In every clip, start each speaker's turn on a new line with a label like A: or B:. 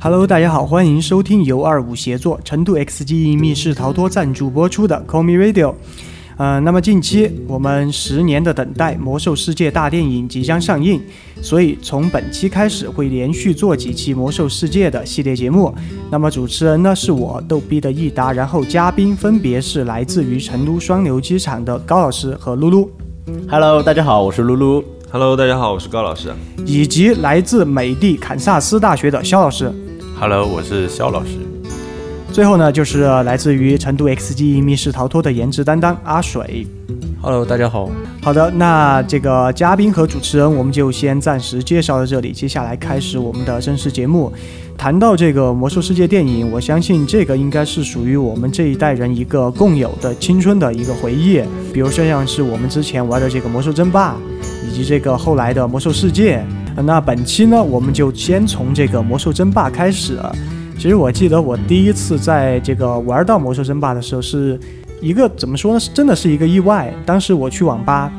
A: Hello，大家好，欢迎收听由二五协作成都 X 记忆密室逃脱赞助播出的《Call Me Radio》。呃，那么近期我们十年的等待《魔兽世界》大电影即将上映，所以从本期开始会连续做几期《魔兽世界》的系列节目。那么主持人呢是我逗逼的益达，然后嘉宾分别是来自于成都双流机场的高老师和露露，
B: Hello，大家好，我是露露。
C: Hello，大家好，我是高老师。
A: 以及来自美的堪萨斯大学的肖老师。
D: Hello，我是肖老师。
A: 最后呢，就是呃来自于成都 X G 密室逃脱的颜值担当阿水。
B: Hello，大家好。
A: 好的，那这个嘉宾和主持人我们就先暂时介绍到这里，接下来开始我们的正式节目。谈到这个《魔兽世界》电影，我相信这个应该是属于我们这一代人一个共有的青春的一个回忆，比如说像是我们之前玩的这个《魔兽争霸》，以及这个后来的《魔兽世界》。那本期呢，我们就先从这个《魔兽争霸》开始。其实我记得我第一次在这个玩到《魔兽争霸》的时候是。一个怎么说呢，是真的是一个意外。当时我去网吧，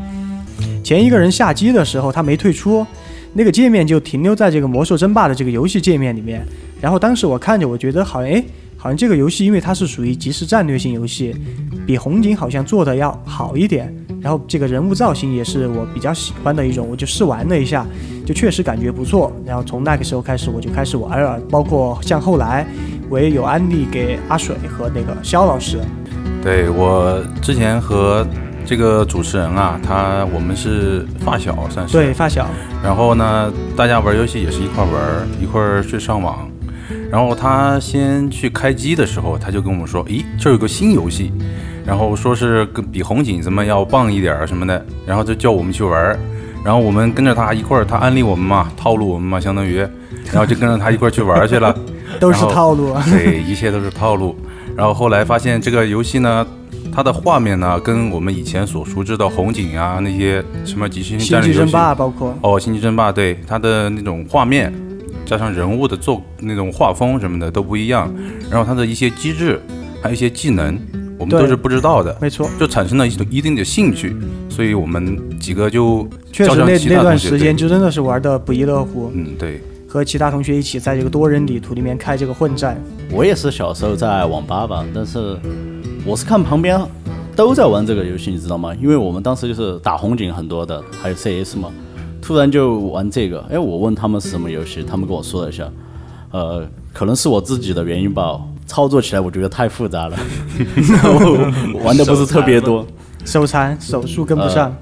A: 前一个人下机的时候，他没退出，那个界面就停留在这个《魔兽争霸》的这个游戏界面里面。然后当时我看着，我觉得好像，哎，好像这个游戏因为它是属于即时战略性游戏，比红警好像做的要好一点。然后这个人物造型也是我比较喜欢的一种，我就试玩了一下，就确实感觉不错。然后从那个时候开始，我就开始玩了，包括像后来我也有安利给阿水和那个肖老师。
D: 对我之前和这个主持人啊，他我们是发小，算是。
A: 对，。发小，
D: 然后呢，大家玩游戏也是一块玩儿，一块儿去上网。然后他先去开机的时候，他就跟我们说：“咦，这儿有个新游戏，然后说是跟比红警什么要棒一点儿什么的。”然后就叫我们去玩儿。然后我们跟着他一块儿，他安利我们嘛，套路我们嘛，相当于，然后就跟着他一块儿去玩儿去 了。
A: 都是
D: 然后
A: 套路。啊
D: 对，一切都是套路。然后后来发现这个游戏呢，它的画面呢，跟我们以前所熟知的红警啊那些什么即
A: 星
D: 时战
A: 际
D: 略游
A: 争
D: 戏，
A: 霸包括，
D: 哦，星际争霸，对它的那种画面，加上人物的做那种画风什么的都不一样，然后它的一些机制，还有一些技能，我们
A: 对
D: 都是不知道的。
A: 没错，
D: 就产生了一种一定的兴趣，所以我们几个就
A: 确实
D: 叫上
A: 那
D: 其他
A: 那段
D: 同学
A: 时间
D: 对
A: 就真的是玩的不亦乐乎，
D: 嗯，对，
A: 和其他同学一起在这个多人地图里面开这个混战，
B: 我也是小时候在网吧吧，但是我是看旁边都在玩这个游戏，你知道吗？因为我们当时就是打红警很多的，还有 CS 嘛，突然就玩这个。哎，我问他们是什么游戏，他们跟我说了一下，呃，可能是我自己的原因吧，操作起来我觉得太复杂了， 然后玩的不是特别多。
A: 手残手速跟不上，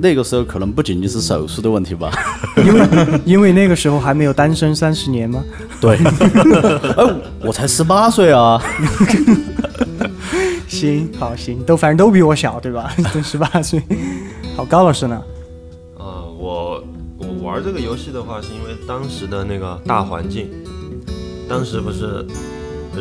B: 那个时候可能不仅仅是手速的问题吧，
A: 因
D: 呃
A: 为 因为那个时候还没有单身三十年嘛，
B: 对， 哎，我才十八岁啊。
A: 行好行，都反正都比我小对吧？ 都十八岁，好高老师呢？
C: 呃，我我玩这个游戏的话，是因为当时的那个大环境，当时不是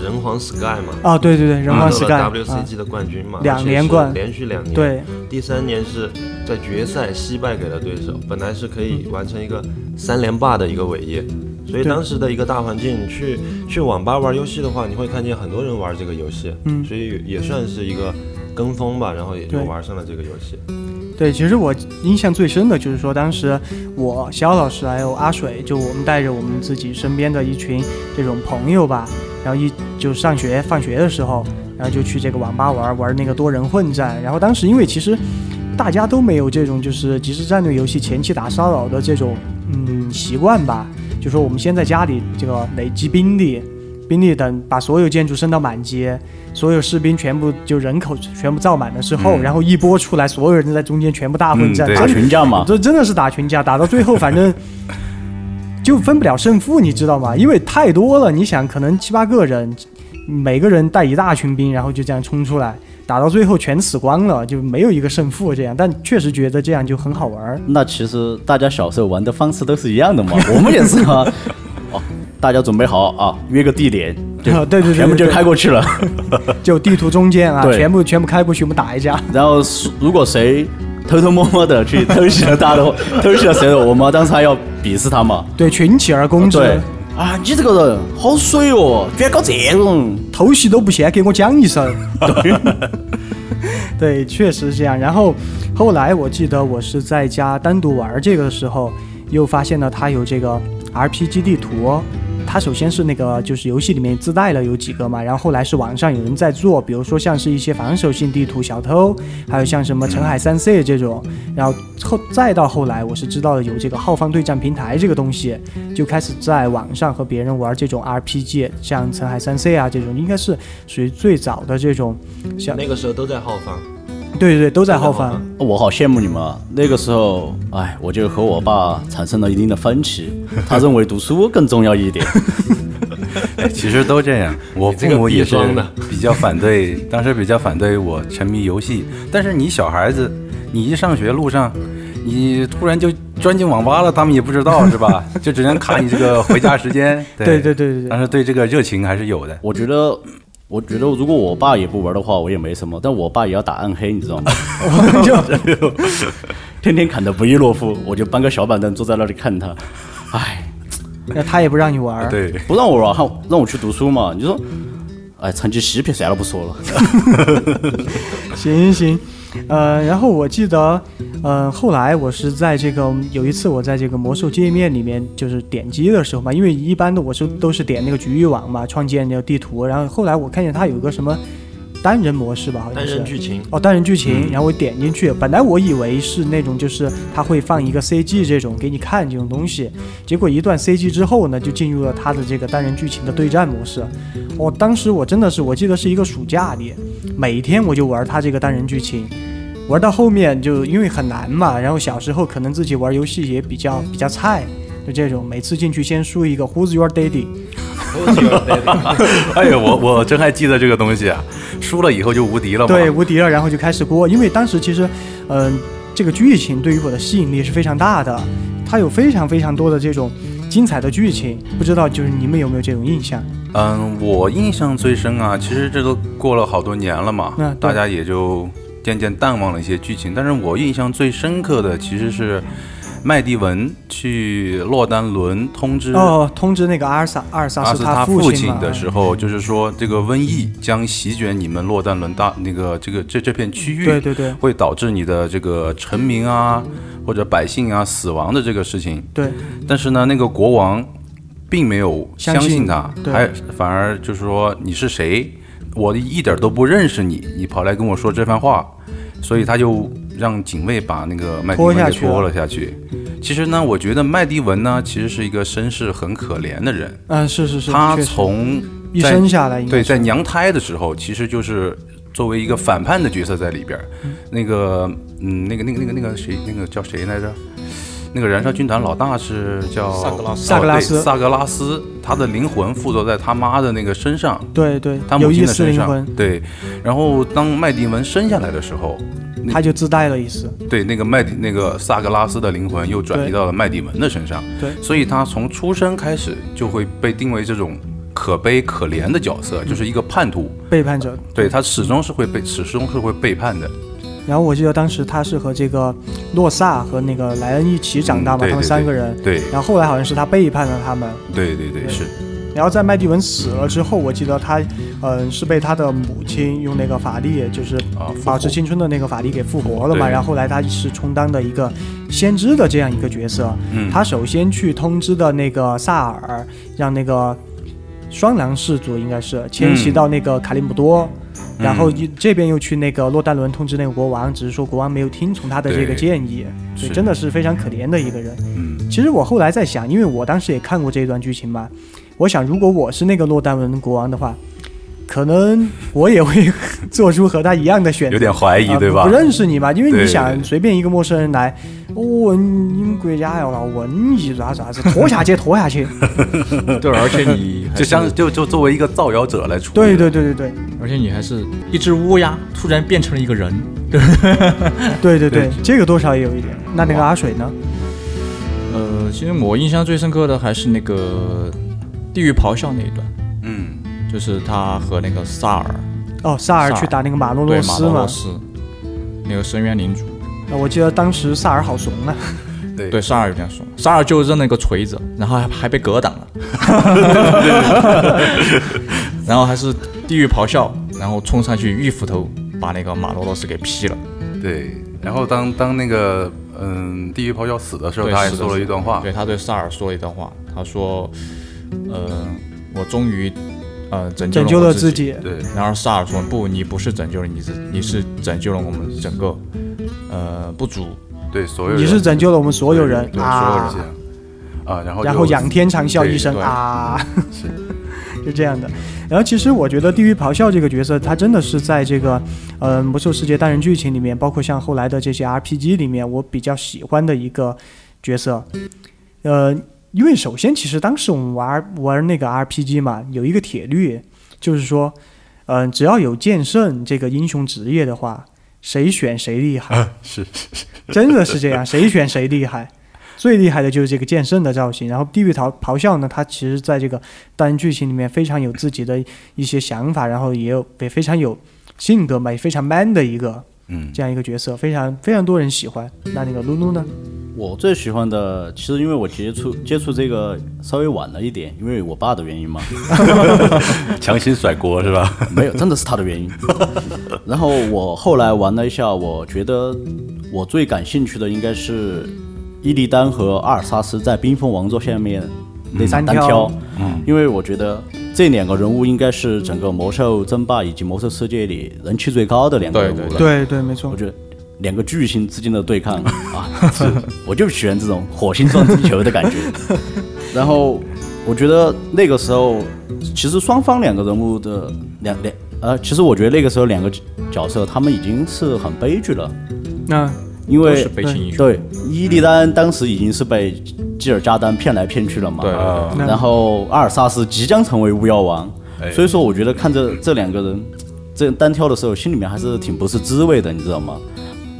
C: 人皇 Sky 嘛，
A: 啊对对对，人
C: 拿
A: 皇
D: 嗯
C: 到
A: Sky
C: 了
A: 啊，
C: WCG 的冠军嘛，
A: 两
C: 而且是
A: 连冠
C: 连续两年，，
A: 对
C: 第三年是在决赛惜败给了对手，本来是可以完成一个三连霸的一个伟业。所以
A: 对
C: 当时的一个大环境，去去网吧玩游戏的话，你会看见很多人玩这个游戏，
A: 嗯
C: 所以也算是一个跟风吧，然后也就
A: 对
C: 玩上了这个游戏。
A: 对，其实我印象最深的就是说，当时我肖老师还有阿水，就我们带着我们自己身边的一群这种朋友吧，然后一就上学放学的时候，然后就去这个网吧玩玩那个多人混战。然后当时因为其实大家都没有这种就是即时战略游戏前期打骚扰的这种嗯习惯吧，就说我们先在家里这个累积兵力，兵力等把所有建筑升到满级，所有士兵全部就人口全部造满了之后，
D: 嗯
A: 然后一波出来，所有人在中间全部大混战，
D: 嗯对
B: 打
A: 真
B: 群架嘛，
A: 这真的是打群架，打到最后反正就分不了胜负，你知道吗？因为太多了，你想可能七八个人，每个人带一大群兵，然后就这样冲出来，打到最后全死光了，就没有一个胜负这样。但确实觉得这样就很好玩 儿。
B: 那其实大家小时候玩的方式都是一样的嘛，我们也是啊。 哦，大家准备好啊，约个地点，就
A: 啊对对对
B: 全部就
A: 对对
B: 开过去了。
A: 就地图中间啊，
B: 对
A: 全部全部开过去，我们打一架。
B: 然后如果谁偷偷摸摸的去偷袭了他的，偷袭了谁的，我们当时还要鄙视他嘛。
A: 对，群起而攻之，
B: 对啊，你这个人好水哦，居然搞这种。
A: 头洗都不嫌，给我讲一声。 对，确实是这样。然后后来我记得我是在家单独玩这个的时候，又发现了它有这个 RPG 地图，哦它首先是那个就是游戏里面自带了有几个嘛，然后后来是网上有人在做，比如说像是一些防守性地图小偷，还有像什么澄海三 C 这种，然后后再到后来我是知道了有这个浩方对战平台这个东西，就开始在网上和别人玩这种 RPG，像澄海三 C 啊这种，应该是属于最早的这种，像
C: 那个时候都在浩方，
A: 对对对，都在浩
C: 都在浩
A: 方
C: 方。
B: 我好羡慕你们啊！那个时候，哎，我就和我爸产生了一定的分歧，他认为读书更重要一点。
D: 哎其实都这样。我父母也是
C: 你这个逼装的
D: 比较反对，当时比较反对我沉迷游戏。但是你小孩子，你一上学路上，你突然就钻进网吧了，他们也不知道是吧？就只能卡你这个回家时间。
A: 对对对对对
D: 但是对这个热情还是有的。
B: 我觉得，我觉得如果我爸也不玩的话，我也没什么。但我爸也要打暗黑，你知道吗？我就天天砍得不亦乐乎，我就搬个小板凳坐在那里看他。哎，
A: 那他也不让你玩儿，
D: 对，
B: 不让我玩，还让我去读书嘛？你说，哎，成绩十撇，啥都不说了。
A: 行行，呃，然后我记得，呃，后来我是在这个呃有一次我在这个魔兽界面里面就是点击的时候嘛，因为一般的我是都是点那个局域网嘛，创建那个地图，然后后来我看见它有个什么单人模式吧，好像
C: 单
A: 是
C: 人剧情，
A: 哦，单人剧情，然后我点进去，本来我以为是那种就是他会放一个 CG 这种给你看这种东西，结果一段 CG 之后呢，就进入了他的这个单人剧情的对战模式。我、当时我真的是，我记得是一个暑假里，每天我就玩他这个单人剧情。玩到后面就因为很难嘛，然后小时候可能自己玩游戏也比较比较菜，就这种每次进去先输一个 Who's your daddy，
D: 哎呀，我我真还记得这个东西啊，输了以后就无敌了嘛。
A: 对，无敌了，然后就开始锅。因为当时其实，嗯、这个剧情对于我的吸引力是非常大的，它有非常非常多的这种精彩的剧情，不知道就是你们有没有这种印象？
D: 嗯，我印象最深啊，其实这都过了好多年了嘛，
A: 嗯对
D: 大家也就渐渐淡忘了一些剧情。但是我印象最深刻的其实是麦迪文去洛丹伦通知
A: 哦，通知那个阿尔萨，阿尔萨
D: 阿
A: 是
D: 斯他
A: 父
D: 父亲
A: 嘛
D: 的时候，就是说这个瘟疫将席卷你们洛丹伦大那个这个这这片区域，
A: 对对对
D: 会导致你的这个臣民啊或者百姓啊死亡的这个事情。
A: 对
D: 但是呢，那个国王并没有
A: 相
D: 相
A: 信
D: 信他，
A: 对
D: 还反而就是说你是谁，我一点都不认识你，你跑来跟我说这番话，所以他就让警卫把那个麦迪
A: 拖下
D: 文给
A: 去
D: 拖
A: 了
D: 了下去。其实呢，我觉得麦迪文呢，其实是一个身世很可怜的人，
A: 嗯、是是是，
D: 他
A: 确实
D: 从
A: 一
D: 在
A: 生下来应该
D: 对，
A: 是
D: 在娘胎的时候，其实就是作为一个反叛的角色在里边儿。那个，嗯，那个，那个，那个，那个谁，那个叫谁来着？那个燃烧军团老大是叫
C: 萨格拉斯
D: 哦
A: 萨格拉斯
D: 对萨格拉斯，他的灵魂附着在他妈的那个身上，
A: 对对
D: 他，母
A: 有一
D: 亲的
A: 丝
D: 身
A: 灵
D: 上
A: 魂，。
D: 对，然后当麦迪文生下来的时候，那
A: 他就自带了一丝，
D: 对，那个麦迪那个萨格拉斯的灵魂又转移
A: 对
D: 到了麦迪文的身上，
A: 对
D: 所以他从出生开始就会被定为这种可悲可怜的角色，就是一个叛徒，
A: 背叛者。
D: 对他始终是会被始终是会背叛的，
A: 然后我记得当时他是和这个洛萨和那个莱恩一起长大嘛，
D: 嗯对
A: 他们
D: 对
A: 三个人。
D: 对
A: 然后后来好像是他背叛了他们，
D: 对对对是，
A: 然后在麦迪文死了之后，我记得他，嗯，是被他的母亲用那个法力，就是
D: 啊复活
A: 保持青春的那个法力给复活了嘛。
D: 对
A: 然后后来他是充当的一个先知的这样一个角色。
D: 嗯
A: 他首先去通知的那个萨尔，让那个双狼氏族应该是迁徙到那个卡利姆多。
D: 嗯
A: 然后一这边又去那个洛丹伦通知那个国王，只是说国王没有听从他的这个
D: 对
A: 建议，所以
D: 是
A: 真的是非常可怜的一个人。
D: 嗯
A: 其实我后来在想，因为我当时也看过这一段剧情嘛，我想如果我是那个洛丹文国王的话，可能我也会做出和他一样的选择。
D: 有点怀疑
A: 啊
D: 对吧
A: 不？认识你嘛，因为你
D: 对
A: 想
D: 对
A: 随便一个陌生人来，哦，你们国家要闹瘟疫啥啥子，拖下去，拖下 去。
E: 对，而且你 还
D: 就是像就就作为一个造谣者来处理，
A: 对对对对对
E: 而且你还是一只乌鸦，突然变成了一个人。
A: 对对对，这个多少也有一点。那那个阿水呢？
E: 呃，其实我印象最深刻的还是那个地狱咆哮那一段，
D: 嗯，
E: 就是他和那个萨尔
A: 哦，萨尔
E: 萨尔
A: 去打那个马洛
E: 对
A: 洛
E: 马
A: 斯
E: 罗
A: 嘛
E: 洛，斯，那个深渊领主，
A: 啊我记得当时萨尔好怂 啊，
D: 对
E: 对萨尔有点怂，萨尔就扔了一个锤子，然后还还被格挡了，然后还是地狱咆哮，然后冲上去一斧头把那个马罗洛斯给劈了，
D: 对，然后当当那个嗯地狱咆哮死的时候，
E: 对
D: 他还
E: 是的
D: 说了
E: 是
D: 一
E: 的
D: 段话，
E: 对，他对萨尔说了一段话，他说：“呃，我终于呃拯救
A: 拯
E: 了
A: 救
E: 我
A: 了
E: 自
A: 自。己。
D: 对，
E: 然而萨尔说：“不，你不是拯救了你自，你是拯救了我们整个呃部族。
D: 对，所有人
A: 你是拯救了我们所有人
D: 对，所有
A: 啊
D: 人！啊，然后
A: 然
D: 就
A: 后仰天长啸一声
D: 对对嗯
A: 啊， 就这样的。然后其实我觉得地狱咆哮这个角色，他真的是在这个呃魔兽世界单人剧情里面，包括像后来的这些 RPG 里面，我比较喜欢的一个角色。呃，因为首先其实当时我们玩玩那个 RPG 嘛，有一个铁律，就是说，嗯、只要有剑圣这个英雄职业的话，谁选谁厉害。
D: 是
A: 真的是这样，谁选谁厉害。最厉害的就是这个剑圣的造型，然后地狱咆咆哮呢，它其实在这个单人剧情里面非常有自己的一些想法，然后也有也非常有性格嘛，也非常 man 的一个
D: 嗯，
A: 这样一个角色，非常非常多人喜欢。那那个露露呢？
B: 我最喜欢的，其实因为我接触接触这个稍微晚了一点，因为我爸的原因嘛，
D: 强行甩锅是吧？
B: 没有，真的是他的原因。然后我后来玩了一下，我觉得我最感兴趣的应该是伊利丹和阿尔萨斯在冰封王座下面那场单
A: 单挑
B: 挑，嗯，因为我觉得这两个人物应该是整个魔兽争霸以及魔兽世界里人气最高的两个人物了。
A: 对
E: 对
A: 对，没错
B: 我，觉得两个巨星之间的对抗啊，是我就喜欢这种火星撞地球的 感觉。然后我觉得那个时候，其实双方两个人物的两两呃，其实我觉得那个时候两个角色他们已经是很悲剧了，
A: 那
B: 因
E: 都
B: 为
E: 是悲情英雄。
B: 对伊利丹当时已经是被基尔加丹骗来骗去了嘛，
E: 对
D: 呃
E: 对
A: 那
B: 然后阿尔萨斯即将成为巫妖王，
D: 哎
B: 所以说我觉得看着这两个人这单挑的时候，心里面还是挺不是滋味的，你知道吗？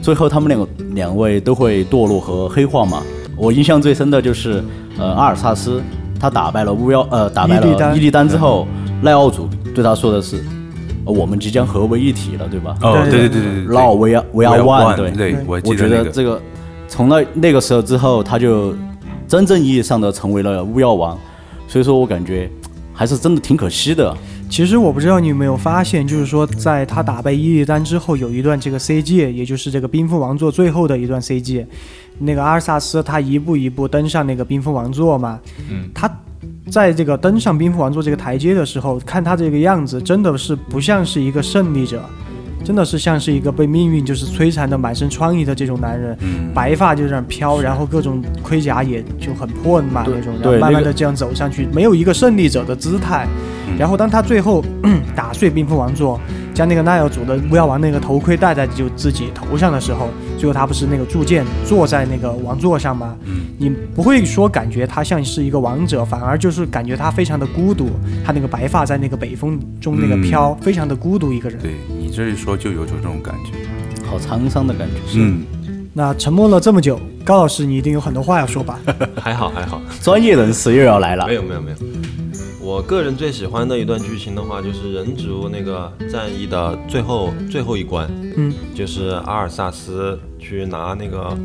B: 最后他们两个两位都会堕落和黑化嘛。我印象最深的就是，呃，阿尔萨斯他打败了巫妖，呃，打败
A: 伊利丹
B: 了伊利丹之后，赖奥祖对他说的是，呃我们即将合为一体了，对吧？
D: 哦，
A: 对对
D: 对对对对对，
B: 老维亚维亚万，对
D: 对，对，我记
B: 觉
D: 得
B: 得
D: 那个
B: 这个从那那个时候之后，他就真正意义上的成为了巫妖王，所以说我感觉还是真的挺可惜的。
A: 其实我不知道你有没有发现，就是说在他打败伊利丹之后，有一段这个 CG，也就是这个冰封王座最后的一段 CG，那个阿尔萨斯他一步一步登上那个冰封王座嘛，
E: 嗯，
A: 他在这个登上冰封王座这个台阶的时候，看他这个样子，真的是不像是一个胜利者。真的是像是一个被命运就是摧残的满身疮痍的这种男人，
B: 嗯
A: 白发就这样飘，然后各种盔甲也就很破嘛
B: 对
A: 那种，然后
B: 对
A: 慢慢
B: 那
A: 的
B: 个嗯
A: 这样走上去，没有一个胜利者的姿态。然后当他最后打碎冰封王座，将那个奈尔族的巫妖王那个头盔戴在就自己头上的时候，最后他不是那个铸剑坐在那个王座上吗？你不会说感觉他像是一个王者，反而就是感觉他非常的孤独，他那个白发在那个北风中那个飘，非常的孤独一个人。
D: 对你这一说就有种这种感觉，
B: 好沧桑的感觉。
D: 嗯，
A: 那沉默了这么久，高老师你一定有很多话要说吧？
C: 还好还好，
B: 专业人士又要来了
C: 没，有没有没有。我个人最喜欢的一段剧情的话，就是人族那个战役的最后最后一关，
A: 嗯，
C: 就是阿尔萨斯去拿那个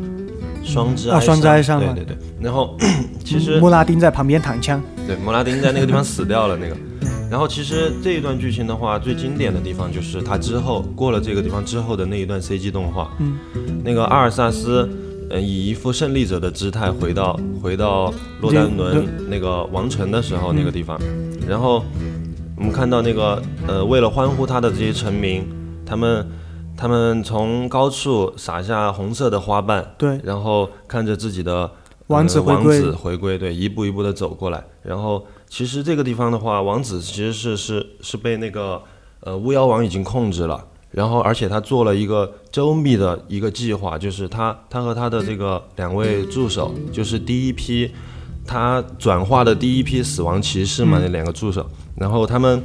C: 双之
A: 啊
C: 哀伤
A: 双之哀伤嘛嗯
C: 对对对。然后 其实
A: 穆拉丁在旁边躺枪，
C: 对，摩拉丁在那个地方死掉了那个。然后其实这一段剧情的话，最经典的地方就是他之后过了这个地方之后的那一段 CG 动画，
A: 嗯，
C: 那个阿尔萨斯，嗯，以一副胜利者的姿态回到回到洛丹
A: 对嗯
C: 伦那个王城的时候那个地方，然后我们看到那个呃，为了欢呼他的这些臣民，他们他们从高处撒下红色的花瓣，
A: 对，
C: 然后看着自己的
A: 王子
C: 呃
A: 回归
C: 王子回归，对，一步一步的走过来。然后其实这个地方的话，王子其实是是是被那个呃巫妖王已经控制了，然后而且他做了一个周密的一个计划，就是他他和他的这个两位助手，就是第一批他转化的第一批死亡骑士
A: 嗯
C: 嘛，那两个助手，然后他们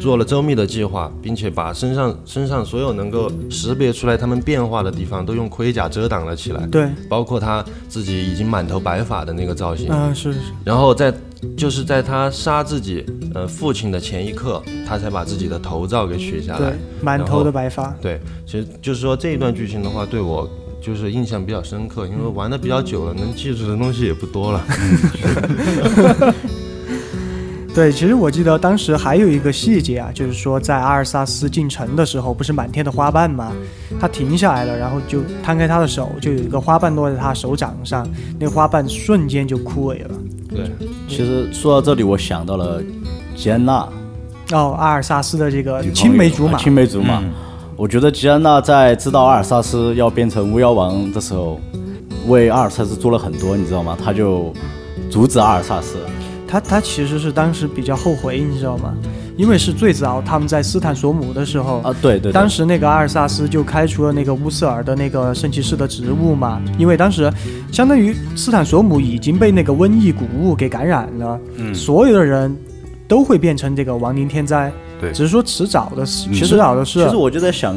C: 做了周密的计划，并且把身上身上所有能够识别出来他们变化的地方都用盔甲遮挡了起来。
A: 对，
C: 包括他自己已经满头白发的那个造型，
A: 嗯、是是，
C: 然后在就是在他杀自己呃父亲的前一刻，他才把自己的头罩给取下来
A: 对。，满头的白发，
C: 对，其实就是说这一段剧情的话，对我就是印象比较深刻，因为玩的比较久了，能记住的东西也不多了。
A: 对，其实我记得当时还有一个细节啊，就是说在阿尔萨斯进城的时候，不是满天的花瓣吗？他停下来了，然后就摊开他的手，就有一个花瓣落在他手掌上，那个花瓣瞬间就枯萎了。
C: 对，
B: 其实说到这里，我想到了吉安娜，
A: 哦，阿尔萨斯的这个
B: 女朋友
A: 青梅竹马
B: 啊，青梅竹马。我觉得吉安娜在知道阿尔萨斯要变成巫妖王的时候，为阿尔萨斯做了很多，你知道吗？他就阻止阿尔萨斯。
A: 他他其实是当时比较后悔，你知道吗？因为是最早他们在斯坦索姆的时候
B: 啊对对对
A: 当时那个阿尔萨斯就开除了那个乌瑟尔的那个圣骑士的职务嘛，因为当时相当于斯坦索姆已经被那个瘟疫谷物给感染了，
B: 嗯
A: 所有的人都会变成这个亡灵天灾，
D: 对
A: 只是说迟早的事，
B: 其
A: 迟
B: 实
A: 早的事
B: 其实，我就在想，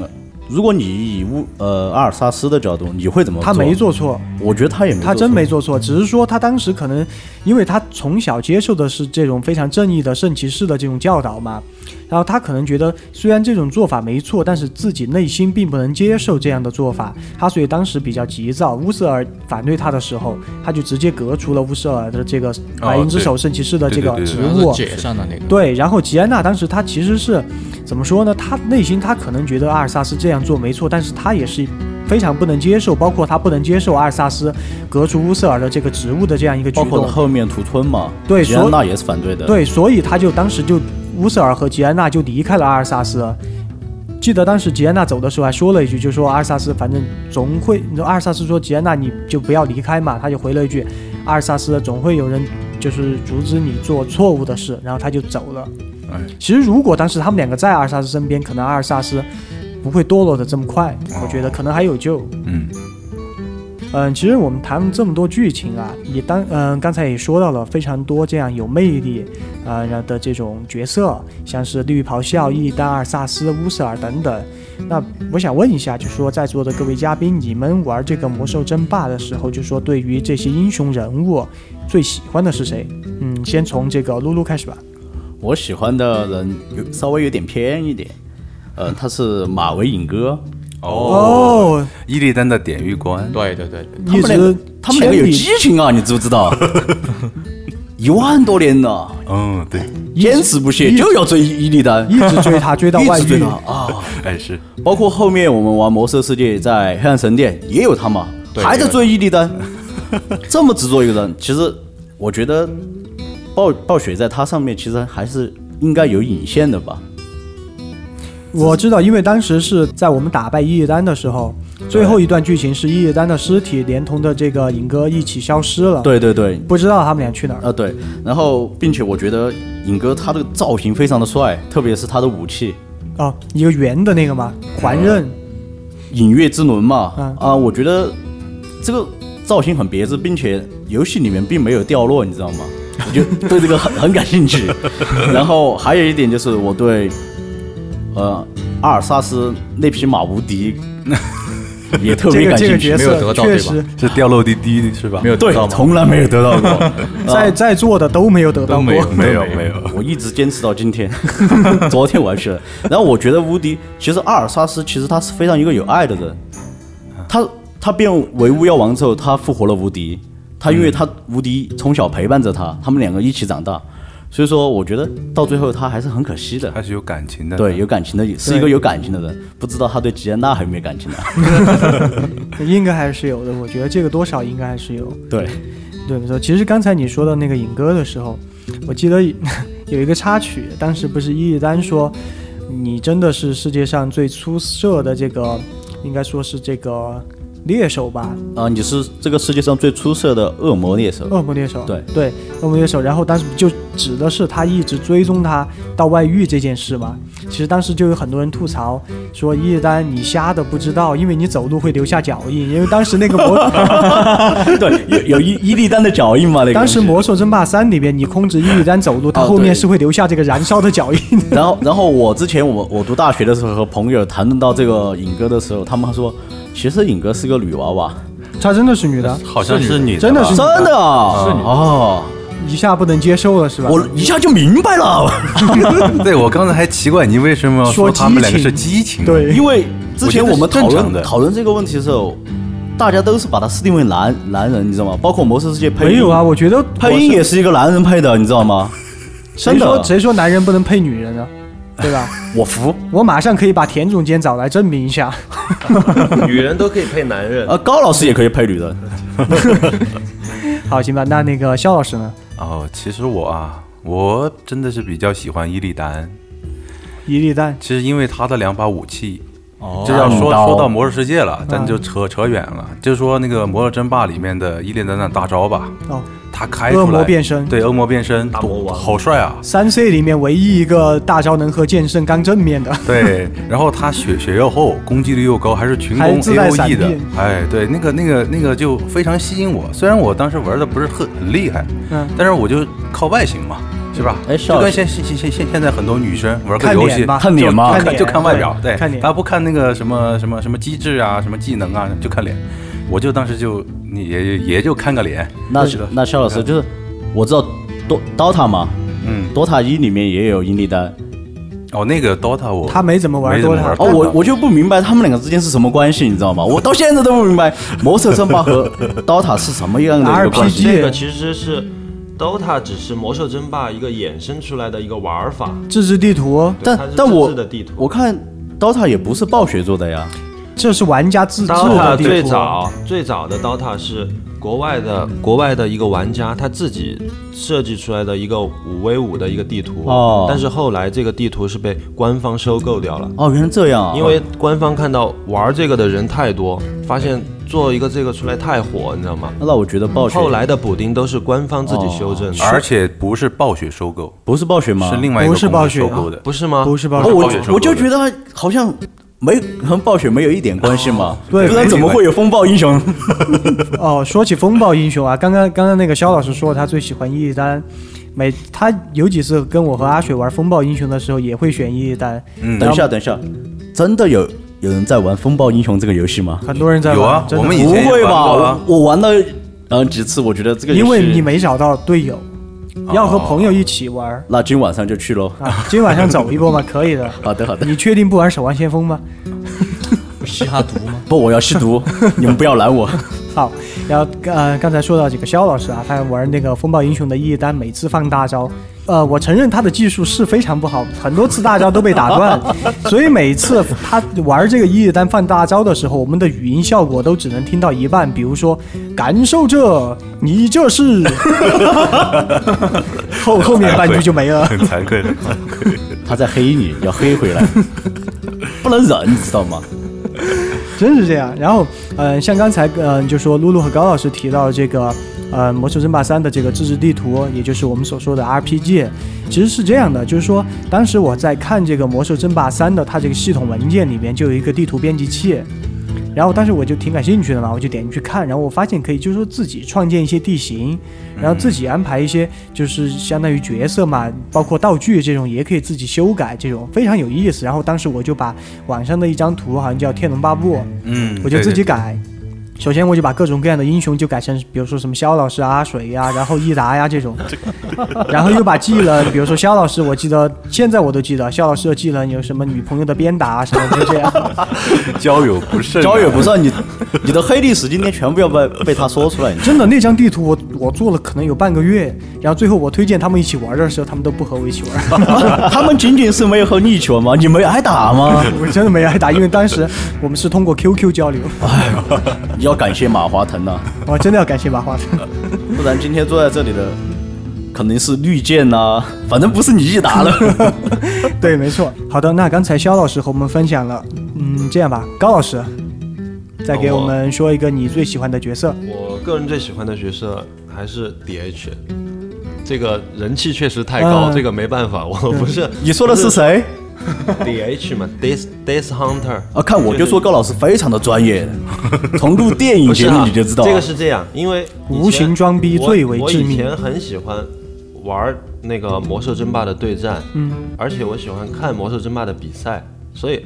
B: 如果你以巫呃阿尔萨斯的角度，你会怎么做？
A: 他没，做错，
B: 我觉得他也没做错，
A: 他真没做错，只是说他当时可能，因为他从小接受的是这种非常正义的圣骑士的这种教导嘛，然后他可能觉得虽然这种做法没错，但是自己内心并不能接受这样的做法，他所以当时比较急躁。乌瑟尔反对他的时候，他就直接革除了乌瑟尔的这个白银之手圣骑士的这个
D: 哦对对对
A: 职
D: 对
E: 主
A: 务
E: 要是。解散了那个，
A: 对，然后吉安娜当时她其实是怎么说呢？她内心她可能觉得阿尔萨斯这样做没错，但是她也是非常不能接受，包括她不能接受阿尔萨斯革除乌瑟尔的这个职务的这样一个举
B: 包括
A: 动。
B: 后面屠村嘛，
A: 对
B: 吉安
A: 所
B: 娜也是反对的。，
A: 对，所以她就当时就乌瑟尔和吉安娜就离开了阿尔萨斯。记得当时吉安娜走的时候还说了一句，就说阿尔萨斯反正总会，你说阿尔萨斯说吉安娜你就不要离开嘛，他就回了一句，阿尔萨斯总会有人就是阻止你做错误的事，然后他就走了。
D: 哎，
A: 其实如果当时他们两个在阿尔萨斯身边，可能阿尔萨斯不会堕落的这么快，我觉得可能还有救。
D: 嗯，
A: 嗯，其实我们谈了这么多剧情啊，也当嗯、刚才也说到了非常多这样有魅力啊、呃、的这种角色，像是绿袍效益、丹尔萨斯、乌瑟尔等等。那我想问一下，就说在座的各位嘉宾，你们玩这个魔兽争霸的时候，就说对于这些英雄人物最喜欢的是谁？嗯，先从这个露露开始吧。
B: 我喜欢的人有稍微有点偏一点，呃，他是马维影哥，
A: 哦，
D: 伊利丹的典狱官，
E: 对对对，
B: 他
A: 一
B: 们两个
A: 直
B: 他们两个
A: 千
B: 有
A: 里
B: 激情啊，你知不 知道？一万多年了，
D: 嗯，对，
B: 坚持不懈，
A: 一直
B: 就要追伊利丹，
A: 一直追 他，追到外
B: 一直追
A: 遇
B: 他。啊！
D: 哎是，
B: 包括后面我们玩魔兽世界，在黑暗神殿也有他嘛，
E: 对
B: 还在追伊利丹， 这么执着一个人，其实我觉得暴暴雪在他上面其实还是应该有引线的吧。
A: 我知道，因为当时是在我们打败伊利丹的时候，最后一段剧情是伊利丹的尸体连同的这个影哥一起消失了。，
B: 对对对，
A: 不知道他们俩去哪儿。
B: 啊，对，然后并且我觉得尹哥他的造型非常的帅，特别是他的武器
A: 哦，一个圆的那个嘛，
E: 啊
A: 环刃。
B: 影月之轮嘛，
A: 嗯
B: 啊，我觉得这个造型很别致，并且游戏里面并没有掉落，你知道吗？我就对这个很很感兴趣。然后还有一点就是我对，呃，阿尔萨斯那匹马无敌 也特
A: 这
B: 别
A: 个
B: 感
A: 这个
B: 兴趣
A: 角，
E: 没有得
A: 色
E: 到
A: 确
E: 对吧
A: 实，
D: 是掉落第一是吧？
E: 没有得到
B: 对，
E: 吗？
B: 从来没有得到过，
E: 啊
A: 在在座的都没有得到
E: 都没
A: 过
E: 有。
D: 没有没有，
B: 我一直坚持到今天， 昨天我还去了。然后我觉得无敌，其实阿尔萨斯其实他是非常一个有爱的人，他他变为巫妖王之后，他复活了无敌，他因为他无敌从小陪伴着他，他们两个一起长大，所以说我觉得到最后他还是很可惜的。
D: 他是有感情的，
B: 对，有感情的，是一个有感情的人，不知道他对吉安娜还有没有感情呢？
A: 应该还是有的，我觉得这个多少应该还是有。
B: 对，
A: 对，没错。其实刚才你说到那个尹哥的时候，我记得有一个 插曲，当时不是伊利丹说，你真的是世界上最出色的这个，应该说是这个猎手吧，
B: 啊，你是这个世界上最出色的恶魔猎手，
A: 恶魔猎手。
B: 对
A: 对，恶魔猎手。然后当时就指的是他一直追踪他到外遇这件事嘛。其实当时就有很多人吐槽说伊利丹你瞎的不知道，因为你走路会留下脚印，因为当时那个 魔
B: 对，有有伊伊利丹的脚印嘛？那个
A: 当时《
B: 东西
A: 魔兽争霸三》里面，你控制伊利丹走路，它
B: 哦
A: 后面
B: 对
A: 是会留下这个燃烧的脚印。
B: 然后，然后我之前我我读大学的时候和朋友谈论到这个尹哥的时候，他们还说，其实尹哥是个女娃娃，
A: 她真的是女的，
D: 好像是女
A: 真的
D: 吧
A: 是
B: 真的啊，哦，
A: 一下不能接受了是吧？
B: 我一下就明白了，
D: 对，我刚才还奇怪你为什么要
A: 说
D: 说他
A: 激
D: 们两个
A: 情
D: 是激情？，
A: 对
B: 因为之前我们讨
D: 我觉得是正常
B: 论
D: 的
B: 讨论这个问题的时候，大家都是把他设定为男男人，你知道吗？包括《魔兽世界》配音
A: 没有 啊，，我觉得
B: 配音也是一个男人配的，你知道吗？
A: 谁
B: 真
A: 说
B: 的，
A: 谁说男人不能配女人 呢？对吧？
B: 我服。
A: 我马上可以把田总监找来证明一下。
C: 女人都可以配男人，
B: 呃，高老师也可以配女人，
A: 好，行吧，那那个肖老师呢？
D: 哦，其实我啊，我真的是比较喜欢伊利丹，
A: 伊利丹
D: 其实因为他的两把武器，
E: 哦
D: 这要
B: 暗
D: 说
B: 刀
D: 说到魔兽世界
A: 嗯
D: 了，咱就扯扯远了，就说那个《魔兽争霸》里面的伊利丹的大招吧，
A: 哦，
D: 他开出来
A: 恶魔变身
D: 对，恶魔变身，大
C: 魔王
D: 好帅啊！
A: 三 C 里面唯一一个大招能和剑圣刚正面的，
D: 对，然后他血血又厚，攻击力又高，还是群
A: 还
D: 攻
A: 自带
D: A O
A: 闪
D: E 的
A: 避，
D: 哎，对，那个那个那个就非常吸引我。虽然我当时玩的不是很很厉害，
A: 嗯，
D: 但是我就靠外形嘛，是吧？
B: 哎
D: 就
B: 少
D: 跟
B: 爷
D: 现现现现现现在很多女生玩个
A: 看
D: 游
A: 脸
D: 戏，
A: 吧，
B: 看脸嘛
A: 就
D: 看
A: 看
D: 就看外表，对，
A: 看脸
D: 他不看那个什么什么什么机制啊，什么技能啊，就看脸。我就当时就你也也就看个脸，
B: 那
D: 是的
B: 那肖老师就是我知道 Do Dota 嘛，
D: 嗯，
B: ，Dota 一里面也有伊利丹。
D: 哦，那个 DOTA 我
A: 他没怎么玩
D: 没怎么
A: DOTA
D: 玩
B: 哦，
D: DOTA
B: 我我就不明白他们两个之间是什么关系，你知道吗？我到现在都不明白《魔兽争霸》和 DOTA 是什么样的一个关
A: RPG
B: 系。
C: 这个其实是 DOTA 只是魔兽争霸一个衍生出来的一个玩法，
A: 自制地图，
C: 对
B: 但
C: 它是
B: 但
C: 自
B: 我
C: 制的地图
B: 我看 DOTA 也不是暴雪做的呀，
A: 这是玩家自制的
C: DOTA
A: 地图。
C: 最早最早的 DOTA 是国外的国外的一个玩家他自己设计出来的一个五 v 五的一个地图，
B: 哦
C: 但是后来这个地图是被官方收购掉了。
B: 哦，原来这样啊，
C: 因为官方看到玩这个的人太多，发现做一个这个出来太火，你知道吗？
A: 哦
B: 那我觉得暴雪
C: 后来的补丁都是官方自己修正的，
A: 哦
D: 而且不是暴雪收购，
B: 不是暴雪吗？
D: 是另外一个
A: 啊不是暴
D: 公司
A: 雪啊
D: 收购的。
C: 不是吗？
A: 不是吧？
B: 哦，我
D: 暴雪收购的
B: 我就觉得好像没和暴雪没有一点关系嘛，
A: 对
B: 不然怎么会有风暴英雄？
A: 哦，说起风暴英雄啊，刚刚刚刚那个肖老师说他最喜欢伊利丹，每他有几次跟我和阿雪玩风暴英雄的时候，也会选伊利丹。
D: 嗯
B: 等一下，等一下，真的有有人在玩风暴英雄这个游戏吗？
A: 很多人在玩，
D: 有啊
A: 真的
D: 我们以
B: 不
D: 前也
B: 会
D: 玩
B: 吧？
D: 过啊
B: 我我玩了呃几次，我觉得这个游戏
A: 因为你没找到队友，
D: 哦
A: 要和朋友一起玩儿、
B: 那今晚上就去 喽。
A: 啊。今晚上走一波嘛，可 以的。
B: 好的好的，
A: 你确定不玩守望先锋吗？
E: 不嘻哈毒吗？
B: 不，我要吸 毒，你们不要拦我。
A: 好，然后呃，刚才说到这个肖老师啊，他玩那个风暴英雄的一单，每次放大招，呃，我承认他的技术是非常不好，很多次大招都被打断， 所以每次他玩这个一单放大招的时候，我们的语音效果都只能听到一半，比如说感受这，你这是， 后后面半句就没了。
D: 很惭愧的，
B: 他在黑你，要黑回来， 不能忍，你知道吗？
A: 真是这样。然后，呃，像刚才，呃，就说露露和高老师提到这个，呃，《魔兽争霸三》的这个自制地图，也就是我们所说的 RPG，其实是这样的，就是说，当时我在看这个《魔兽争霸三》的它这个系统文件里面就有一个地图编辑器。然后当时我就挺感兴趣的嘛，我就点进去看，然后我发现可以就是说自己创建一些地形，然后自己安排一些就是相当于角色嘛，包括道具这种也可以自己修改，这种非常有意思。然后当时我就把网上的一张图，好像叫《天龙八部》，
D: 嗯，
A: 我就自己
D: 改。
A: 改。首先我就把各种各样的英雄就改成，比如说什么肖老师啊、水呀、然后益达呀这种， 然后又把技能，比如说肖老师，我记得现在我都记得肖老师的技能有什么女朋友的鞭打啊什么就这样。
D: 交友不慎啊，
B: 交友不算你，你的黑历史今天全部要被被他说出来。你知道吗
A: 真的那张地图我我做了可能有半个月，然后最后我推荐他们一起玩的时候，他们都不和我一起 玩，
B: 他们仅仅是没有和你一起玩吗？你没挨打吗？
A: 我真的没挨打，因为当时我们是通过 QQ 交流。
B: 你要感谢马化腾呐、
A: 我真的要感谢马化腾。
B: 不然今天坐在这里的肯定是绿箭呐、反正不是你一打 了。
A: 对，没错。好的，那刚才肖老师和我们分享了，嗯，这样吧，高老师，再给
C: 哦
A: 我们说一个你最喜欢的角色。
C: 我个人最喜欢的角色还是 DH，这个人气确实太
A: 嗯
C: 高，这个没办法，我不是
B: 你说的是谁？
C: DH 嘛，Death Death Hunter
B: 啊，看我就说高老师非常的专业，从录电影
C: 不是
B: 节
C: 啊
B: 目你就知道、
C: 这个是这样，因为以前
A: 无形装逼
C: 我
A: 最为致命
C: 我以前很喜欢玩那个魔兽争霸的对战，嗯，而且我喜欢看魔兽争霸的比赛，所以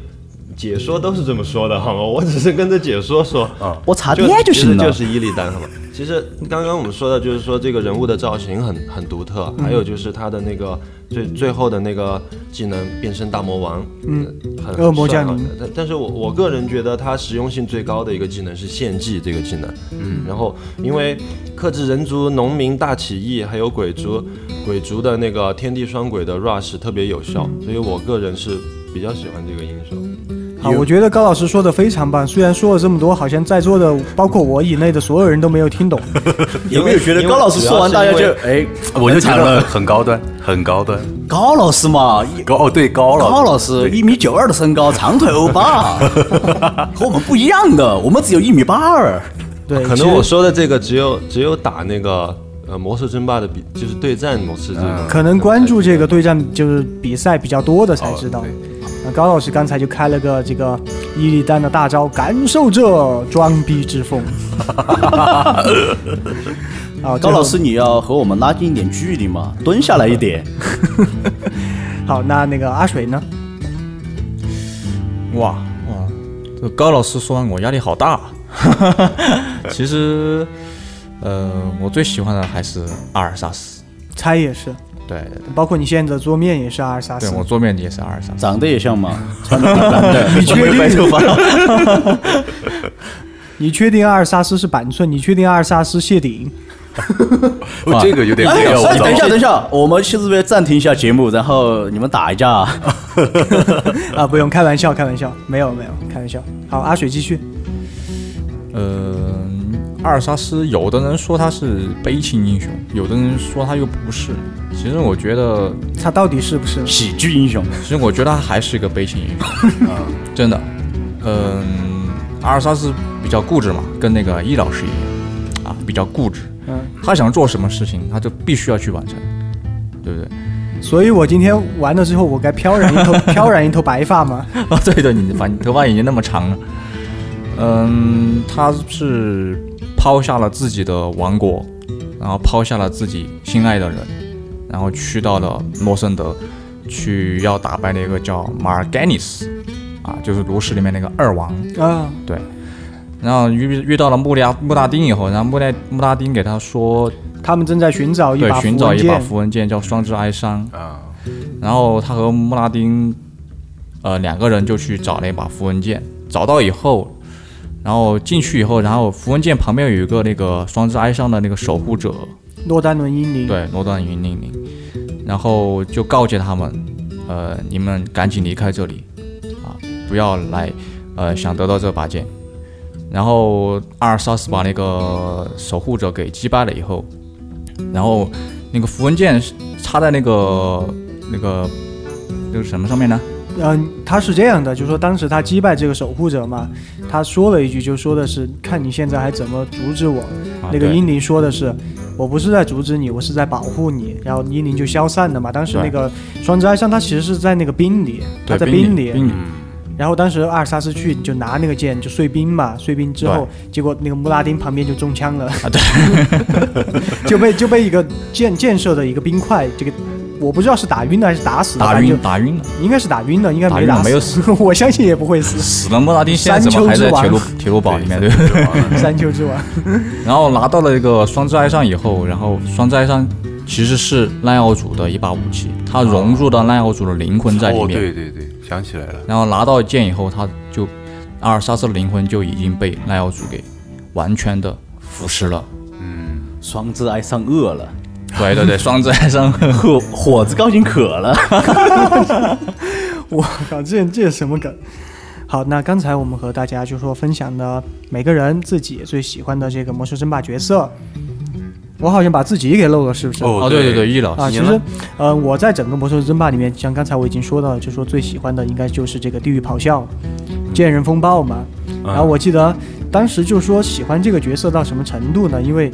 C: 解说都是这么说的，好吗？我只是跟着解说说啊
B: 我查爹就
C: 其实
B: 行了。
C: 就是伊利丹，好吧？其实刚刚我们说的就是说这个人物的造型很很独特，
A: 嗯
C: 还有就是他的那个最最后的那个技能变身大魔王，嗯，很
A: 恶魔降临
C: 很帅啊但但是我我个人觉得他实用性最高的一个技能是献祭这个技能，嗯，然后因为克制人族、农民大起义还有鬼族，鬼族的那
A: 嗯
C: 个天地双鬼的 rush 特别有效，所以我个人是比较喜欢这个英雄。
A: 啊，我觉得高老师说的非常棒，虽然说了这么多，好像在座的包括我以内的所有人都没有听懂。
B: 有没有觉得高老师说完大家就哎，
D: 我就
B: 惨
D: 觉
B: 了
D: 得。很高端，很高端。
B: 高老师嘛，一
D: 高哦，对，高了，
B: 高老师一米九二的身高，长腿欧 巴，和我们不一样的，我们只有一米八二。
A: 对，
C: 可
A: 其
C: 能
A: 实
C: 我说的这个只有只有打那个呃魔兽争霸的比，就是对战模式这种。
A: 可能关注这个对战就是比赛比较多的才知道
D: 哦。
A: 那高老师刚才就开了个这个伊利丹的大招，感受这装逼之风。啊，
B: 高
A: 最后
B: 老师，你要和我们拉近一点距离嘛，蹲下来一点。
A: 好，那那个阿水呢？
E: 哇哇，这高老师说完我压力好大。啊 其实，呃，我最喜欢的还是阿尔萨斯。
A: 猜也是，
E: 对对
A: 包括你现在的桌面也是阿尔萨
E: 对，
A: 斯
E: 对，我桌面也是阿尔萨斯。
B: 长得也像 吗？穿的蓝蓝的，
A: 你确定
B: 白头发？
A: 你确定阿尔萨斯是板寸？你确定阿尔萨斯谢顶？
D: 哦这个有点
B: 哎
D: 没有，我
B: 哎
D: 懂
B: 等一下，等一下，我们是不是暂停一下节目，然后你们打一架？
A: 啊，不用，开玩笑，开玩笑，没有没有，开玩笑。好，阿水继续。
E: 呃，阿尔萨斯有的人说他是悲情英雄，有的人说他又不是。其实我觉得，
A: 他到底是不是？
B: 喜剧英雄，
E: 其实我觉得他还是一个悲情英雄，真的。嗯、阿尔萨斯比较固执嘛，跟那个伊老师一样啊，比较固执。
A: 嗯，
E: 他想做什么事情，他就必须要去完成，对不对？
A: 所以我今天完了之后，我该飘然一头飘然一头白发吗？
E: 啊， 对的，你的发你头发已经那么长了。嗯，他是抛下了自己的王国，然后抛下了自己心爱的人，然后去到了诺森德，去要打败那个叫马尔盖尼斯，啊，就是炉石里面那个二王。
A: 啊，
E: 对，然后遇遇到了穆利亚穆大丁以后，然后穆大穆大丁给他说，
A: 他们正在寻找一
E: 对
A: 把，
E: 寻
A: 符
E: 找
A: 文
E: 一把
A: 剑
E: 符文剑叫双之哀伤，
D: 啊，
E: 然后他和穆拉丁，呃，两个人就去找那把符文剑，找到以后，然后进去以后，然后符文剑旁边有一个那个双之哀伤的那个守护者，
A: 诺丹伦英灵。，
E: 对，罗丹云令令，然后就告诫他们，呃，你们赶紧离开这里，啊，不要来，呃，想得到这把剑。然后阿尔萨斯把那个守护者给击败了以后，然后那个符文剑是插在那个那个那个什么上面呢？
A: 嗯、他是这样的，就是说当时他击败这个守护者嘛，他说了一句，就说的是看你现在还怎么阻止我。
E: 啊
A: 那个
E: 对
A: 英灵说的是，我不是在阻止你，我是在保护你。然后英灵就消散了嘛。当时
E: 对
A: 那个双之哀伤，他其实是在那个冰里，他
E: 对
A: 在
E: 冰
A: 里，
E: 冰里嗯
A: 然后当时阿尔萨斯去就拿那个剑就碎冰嘛，碎冰之后，结果那个穆拉丁旁边就中枪了，啊、对， 就被就被一个建建设的一个冰块，这个我不知道是打晕了还是打死了，
E: 打
A: 反
E: 晕
A: 正
E: 打晕了，
A: 就应该是打晕了，应该
E: 打
A: 没
E: 晕了
A: 打
E: 没有
A: 死， 我相信也不会 死。
E: 死了。莫拉丁现在怎么还在铁路铁路堡里面？对。
D: 哦
A: 山丘之王，
E: 然后拿到了一个双之哀伤以后，然后双之哀伤其实是奈奥祖的一把武器，它融入到奈奥祖的灵魂在里
D: 哦，
E: 面。
D: 对对对，想起来了，
E: 然后拿到剑以后，他就阿尔萨斯的灵魂就已经被奈奥祖给完全的腐 蚀了。
B: 双之哀伤饿了，
E: 对对对，双之哀
D: 哦
E: 伤。
B: 火火子高兴渴了。
A: 我靠，这这什么梗？好，那刚才我们和大家就说分享的每个人自己最喜欢的这个魔兽争霸角色，我好像把自己给漏了，是不是？
D: 哦
E: 哦，对对对，易老师，
A: 啊，其实，呃，我在整个魔兽争霸里面，像刚才我已经说到了，就说最喜欢的应该就是这个地狱咆哮、剑人风暴嘛。然后我记得当时就说喜欢这个角色到什么程度呢？因为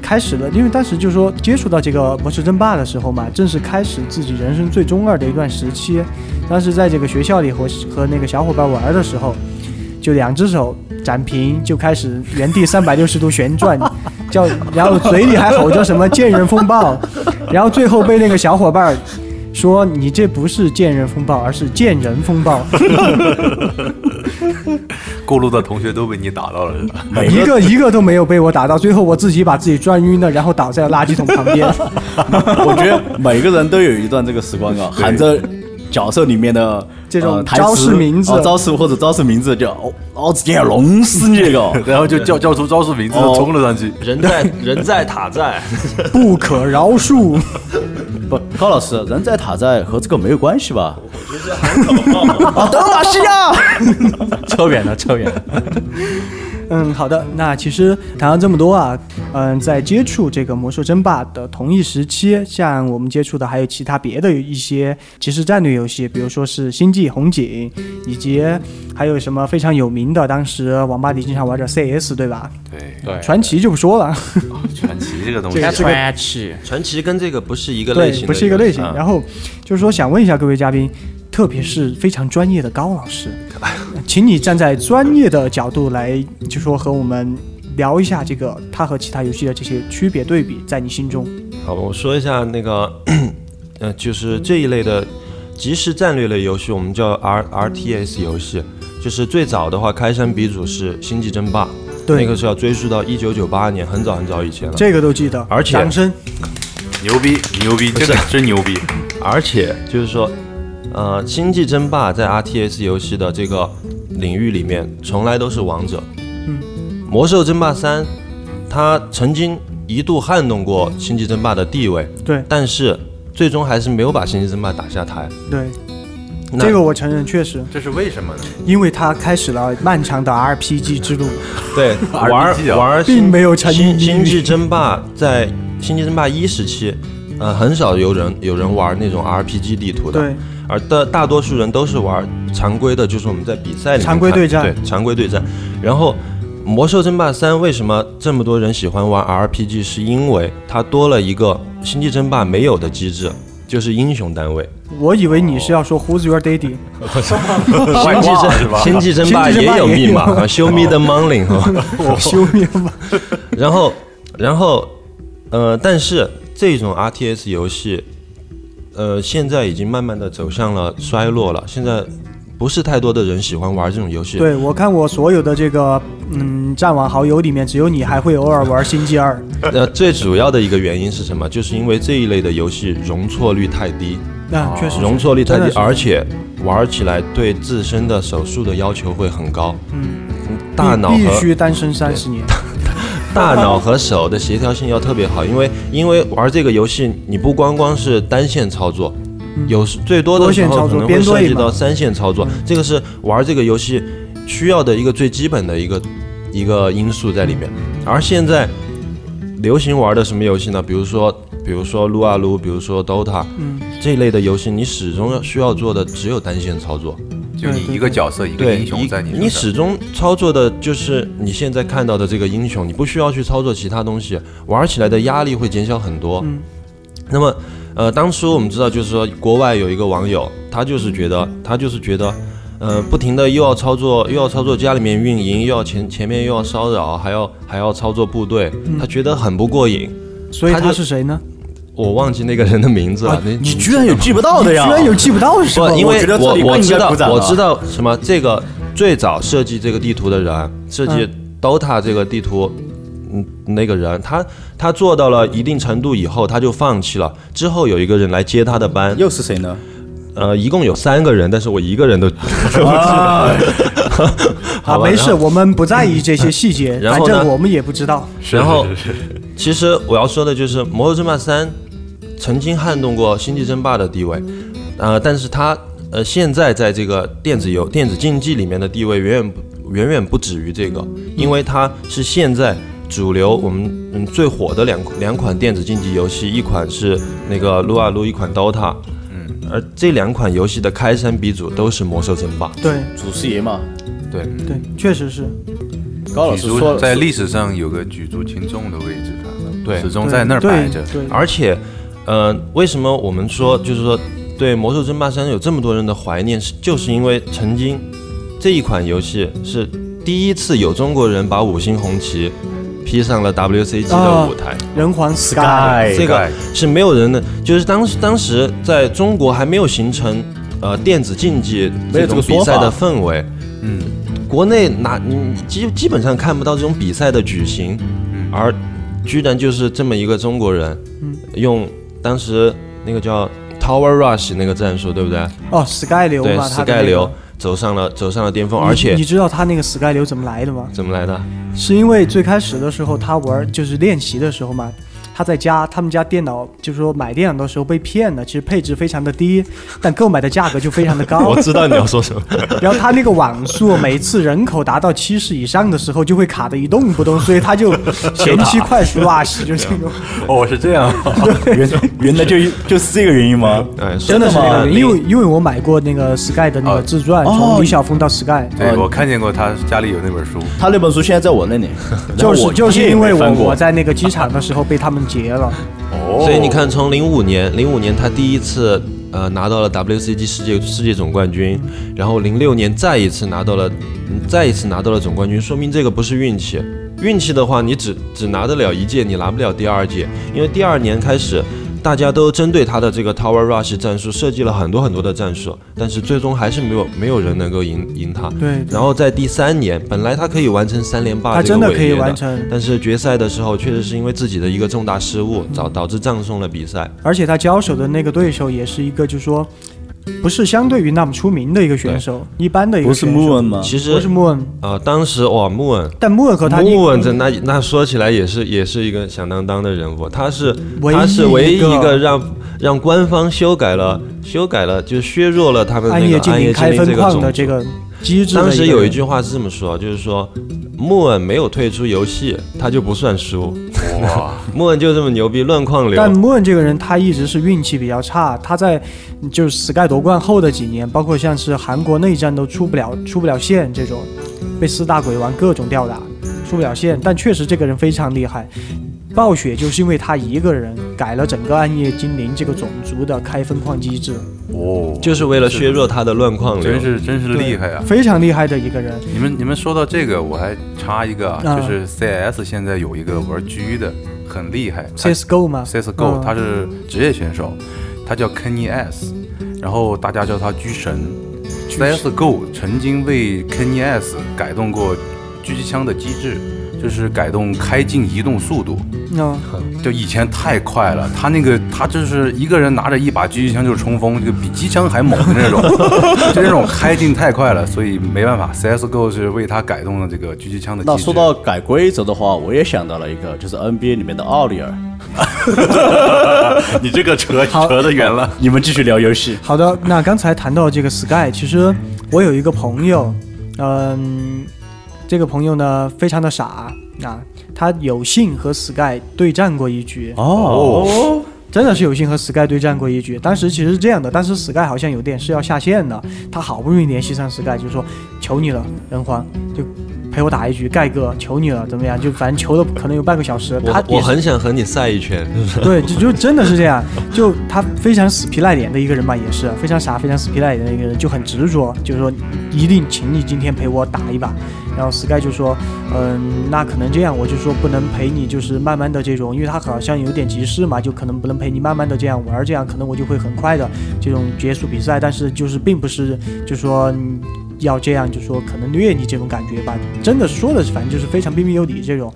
A: 开始了，因为当时就说接触到这个魔兽争霸的时候嘛，正是开始自己人生最中二的一段时期。当时在这个学校里和和那个小伙伴玩的时候，就两只手展平，就开始原地三百六十度旋转，叫，然后嘴里还吼着什么“剑人风暴”，然后最后被那个小伙伴儿说：“你这不是剑人风暴，而是剑人风暴。
D: 过路的同学都被你打到了，”
A: 一个一个都没有被我打到，最后我自己把自己转晕了，然后倒在垃圾桶旁边。
B: 我觉得每个人都有一段这个时光啊，喊着角色里面的
A: 这种
B: 呃台
A: 招
B: 词
A: 式名字
B: 哦招式或者招式名字就哦，老子要弄死你个！
D: 然后就叫叫出招式名字
B: 哦
D: 冲了上去。
C: 人在人在塔在，
A: 不可饶恕。
B: 不，高老师，人在塔在和这个没有关系吧？
A: 啊，德玛西亚。
E: 扯远了，扯远了。
A: 嗯，好的。那其实谈了这么多啊，嗯，在接触这个魔兽争霸的同一时期，像我们接触的还有其他别的一些即时战略游戏，比如说是《星际红警》，以及还有什么非常有名的，当时网吧里经常玩的 CS，对吧？
D: 对，
E: 对，
A: 传奇就不说了，
D: 传奇这个东西
A: 这
D: 啊，
A: 个是个
E: 传奇，
C: 传奇跟这个不是一个类
A: 对
C: 型，的，
A: 不是一个类型。
C: 啊
A: 然后就是说，想问一下各位嘉宾，特别是非常专业的高老 师，请你站在专业的角度来，就说和我们聊一下这个它和其他游戏的这些区别对比，在你心中。
C: 好，我说一下那个，呃，就是这一类的即时战略类游戏，我们叫 R R T S 游戏。就是最早的话，开山鼻祖是《星际争霸》，
A: 对，
C: 那个是要追溯到一九九八年，很早很早以前了。
A: 这个都记得，
C: 而且
A: 掌声。
D: 牛逼牛逼，这个真牛逼，
C: 而且就是说，呃，《星际争霸》在 R T S 游戏的这个领域里面，从来都是王者。
A: 嗯，
C: 《魔兽争霸三》它曾经一度撼动过《星际争霸》的地位，
A: 对
C: 但是最终还是没有把《星际争霸》打下台。
A: 对，
C: 那
A: 这个我承认，确实，
D: 这是为什么呢？
A: 因为它开始了漫长的 RPG 之路。
C: 对，玩儿
D: RPG 啊
C: 玩儿
A: 并没有沉迷
C: 星星际争霸在星际争霸一时期，呃，很少有人有人玩那种 RPG 地图的，
A: 对，
C: 而大大多数人都是玩常规的，就是我们在比赛里面看
A: 常规对战
C: 对常规对战。然后，魔兽争霸三为什么这么多人喜欢玩 RPG？是因为它多了一个星际争霸没有的机制，就是英雄单 位。
A: 我以为你是要说 Who's your daddy？
D: 星际是吧？
C: 星际争霸
A: 星际
C: 也
A: 争霸
C: 有
A: 也
C: 密
A: 有
C: 码啊，Show me the money 哈。
A: 我休眠吧。
C: 然后，然后，呃，但是这种 RTS 游戏，呃，现在已经慢慢的走向了衰落了。现在不是太多的人喜欢玩这种游戏。
A: 对我看我所有的这个嗯战网好友里面，只有你还会偶尔玩星际 二。
C: 呃，最主要的一个原因是什么？就是因为这一类的游戏容错率太低，
A: 那确实
C: 哦容错率太
A: 真的
C: 低，
A: 是
C: 而且玩起来对自身的手速的要求会很高。嗯，
A: 必
C: 大脑
A: 必
C: 和
A: 须单身三十年。
C: 大脑和手的协调性要特别好，因为因为玩这个游戏，你不光光是单线操作，有时最多的时
A: 嗯多线操
C: 候
A: 作
C: 可能
A: 编
C: 会
A: 队嘛
C: 涉及到三线操作，这个是玩这个游戏需要的一个最基本的一个一个因素在里面。而现在流行玩的什么游戏呢？比如说，比如说撸啊撸，比如说 DOTA，
A: 嗯，
C: 这一类的游戏，你始终要需要做的只有单线操作。
D: 就你一个角色一个
C: 对，
D: 英雄在你
C: 你
D: 手上
C: 始终操作的就是你现在看到的这个英雄，你不需要去操作其他东西，玩起来的压力会减小很多。
A: 嗯
C: 那么，呃，当初我们知道，就是说国外有一个网友，他就是觉得，他就是觉得，呃，不停的又要操作，又要操作家里面运营，又要前前面又要骚扰，还要还要操作部队，他觉得很不过瘾。
A: 所以
C: 他就
A: 他是谁呢？
C: 我忘记那个人的名字了，你
B: 你居然有记不到的呀！
A: 居然有记不到是吧？
C: 不，因为
B: 觉得这
C: 我
B: 里
C: 我
B: 更应
C: 知
B: 该
C: 道
B: 鼓掌
C: 我
B: 了
C: 知道什么这个最早设计这个地图的人，设计 DOTA 这个地图，嗯，那个人他他做到了一定程度以后，他就放弃了。之后有一个人来接他的班，
B: 又是谁呢？
C: 呃，一共有三个人，但是我一个人
B: 啊
C: 都 都不知道。
A: 啊，
C: 好吧
A: 没
C: 然
A: 事，
C: 后
A: 我们不在意这些细节，
C: 然
A: 反
C: 后呢
A: 正我们也不知道。
C: 然后，其实我要说的就是《魔兽争霸三》曾经撼动过《星际争霸》的地位，呃，但是它呃现在在这个电子游、电子竞技里面的地位远远不远远不止于这个，因为它是现在主流我们嗯最火的两两款电子竞技游戏，一款是那个撸啊撸，一款 DOTA。嗯，而这两款游戏的开山鼻祖都是《魔兽争霸》。
A: 对
B: 祖师爷嘛，
C: 对，
A: 对，确实是。
B: 高老
D: 举
B: 师
D: 足
B: 说了
D: 在历史上有个举足轻重的位置，它
C: 对
D: 始终在那儿
A: 对
D: 摆着。
A: 对，
C: 而且，呃，为什么我们说就是说对《魔兽争霸三》有这么多人的怀念，是就是因为曾经这一款游戏是第一次有中国人把五星红旗披上了 WCG 的舞台，
A: 人皇 Sky，
B: Sky
C: 这个是没有人的，就是当时当时在中国还没有形成呃电子竞技
B: 没有这
C: 种
B: 个
C: 比
B: 说
C: 赛
B: 法
C: 的氛围，
D: 嗯，
C: 国内哪你基基本上看不到这种比赛的举行，而居然就是这么一个中国人，用当时那个叫 Tower Rush 那个战术，对不对？
A: 哦，Sky 流
C: 对
A: 嘛，他的那个
C: ，Sky 流。走上了走上了巅峰，
A: 你
C: 而且
A: 你知道他那个 Sky 流怎么来的吗？
C: 怎么来的？
A: 是因为最开始的时候他玩就是练习的时候嘛，他在家他们家电脑就是说买电脑的时候被骗了，其实配置非常的低，但购买的价格就非常的 高。
C: 我知道你要说什么，
A: 然后他那个网速，每次人口达到七十以上的时候就会卡的一动不动，所以他就前期快速 rush 就这种，
D: 哦，是这样，
B: 原原来就就是这个原因 吗？
C: 哎，
A: 真的是那
B: 真的吗哦
A: 个原因，因为因为我买过那个 Sky 的那个自传，从李晓峰到 Sky，
D: 对我看见过他家里有那本书，
B: 他那本书现在在我那里，
A: 就
B: 然后
A: 是
B: 我
A: 就是因为
B: 一页也没
A: 我
B: 翻过
A: 我在那个机场的时候被他们劫了，
D: 哦
C: 所以你看，从零五年，零五年他第一次呃拿到了 WCG 世界世界总冠军，然后零六年再一次拿到了，嗯再一次拿到了总冠军，说明这个不是运气。运气的话，你只只拿得了一届，你拿不了第二届，因为第二年开始，大家都针对他的这个 Tower Rush 战术设计了很多很多的战术，但是最终还是没有没有人能够赢赢他。
A: 对，
C: 然后在第三年，本来他可以完成三连
B: 啊
C: 霸，
A: 他真的可以完成。
C: 但是决赛的时候，确实是因为自己的一个重大失误，
A: 嗯
C: 导导致葬送了比赛。
A: 而且他交手的那个对手也是一个，就是说，不是相对于那么出名的一个选手，一般的一个
B: 不是
A: 选手
B: Moon 吗？
C: 其
A: 不
C: 实
A: 是，Moon，
C: 呃，当时哇，穆恩，
A: 但 Moon 哦和他嗯
C: 穆恩这那那说起来也是也是一个响当当的人物，他是
A: 嗯唯一
C: 他是唯一
A: 一个
C: 一个让让官方修改了修改了，就削弱了他们那
A: 暗夜
C: 个
A: 精
C: 暗
A: 灵
C: 夜精
A: 开
C: 灵
A: 分
C: 这个
A: 矿
C: 种
A: 的这个机制的
C: 当时
A: 个
C: 有一
A: 人
C: 句话是这么说，就是说，穆恩没有退出游戏，他就不算输。
D: 哇，
C: 穆恩就这么牛逼，乱矿流。
A: 但 Moon 这个人，他一直是运气比较差。他在就是 Sky 夺冠后的几年，包括像是韩国内战都出不了出不了线这种，被四大鬼王各种吊打，出不了线。但确实这个人非常厉害。暴雪就是因为他一个人改了整个暗夜精灵这个种族的开分矿机制，
D: 哦，
C: 就是为了削弱他的乱矿流
D: 真。是真是厉害啊！
A: 非常厉害的一个人。
D: 你们你们说到这个，我还插一个，
A: 啊
C: 嗯
D: 啊，就是 CS 现在有一个玩狙的很厉害他
A: CS:GO 嘛
D: CSGO，
A: 嗯
D: 他是职业选手，他叫 Kenny S，然后大家叫他狙神。CSGO 曾经为 Kenny S 改动过狙击枪的机制，就是改动开镜移动速度。
A: 嗯，
D: 就以前太快了，他那个他就是一个人拿着一把狙击枪就是冲锋，就比机枪还猛的那种，就那种开镜太快了，所以没办法，CSGO 是为他改动了这个狙击枪的机制。
B: 那说到改规则的话，我也想到了一个，就是 NBA 里面的奥利尔。 你这个扯
A: 好
B: 扯得远了，你们继续聊游戏。
A: 好的，那刚才谈到这个 Sky，其实我有一个朋友，嗯，这个朋友呢非常的傻啊，他有幸和 Sky 对战过一局，
B: 哦，
A: 真的是有幸和 Sky 对战过一局。当时其实是这样的，当时 Sky 好像有点是要下线了，他好不容易联系上 Sky，就说求你了，人皇，就陪我打一局，盖哥，求你了，怎么样？就反正求了可能有半个小时，他
C: 我
A: 也
C: 我
A: 是
C: 很想和你赛一圈，
A: 对，就就真的是这样，就他非常死皮赖脸的一个人吧，也是非常傻、非常死皮赖脸的一个人，就很执着，就是说一定请你今天陪我打一把。然后 Sky 就说，嗯，那可能这样，我就说不能陪你，就是慢慢的这种，因为他好像有点急事嘛，就可能不能陪你慢慢的这样玩，这样可能我就会很快的这种结束比赛，但是就是并不是就说。嗯要这样，就说可能虐你这种感觉吧，真的说的是，反正就是非常彬彬有礼这种。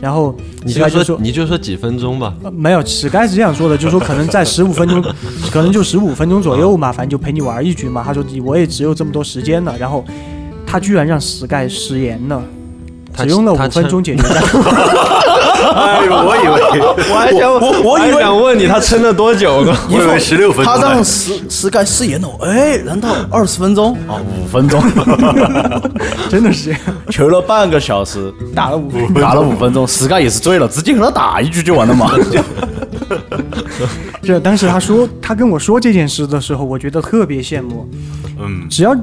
A: 然后
C: 你
A: Sky
C: 就
A: 就
C: 说你就说几分钟吧。
A: 呃没有，Sky 是这样说的，就说可能在十五分钟，可能就十五分钟左右嘛，反正就陪你玩一局嘛。他说我也只有这么多时间了，然后他居然让 Sky 食言了，
C: 他
A: 只用了
C: 他
A: 五分钟解决战。
D: 哎呦，我以为
C: 我还想我我还想问你，他撑了多久呢？
D: 我以为十六分钟
B: 他
D: 呢，
B: 让石石盖饰演了我，哎，难道二十分钟？哦，五分钟，
A: 真的是这样，
B: 求了半个小时，
A: 打了五分。
B: 打了五分钟，石盖也是醉了，直接和他打一局就完了 嘛。
A: 这当时他说他跟我说这件事的时候，我觉得特别羡慕。
D: 嗯，
A: 只要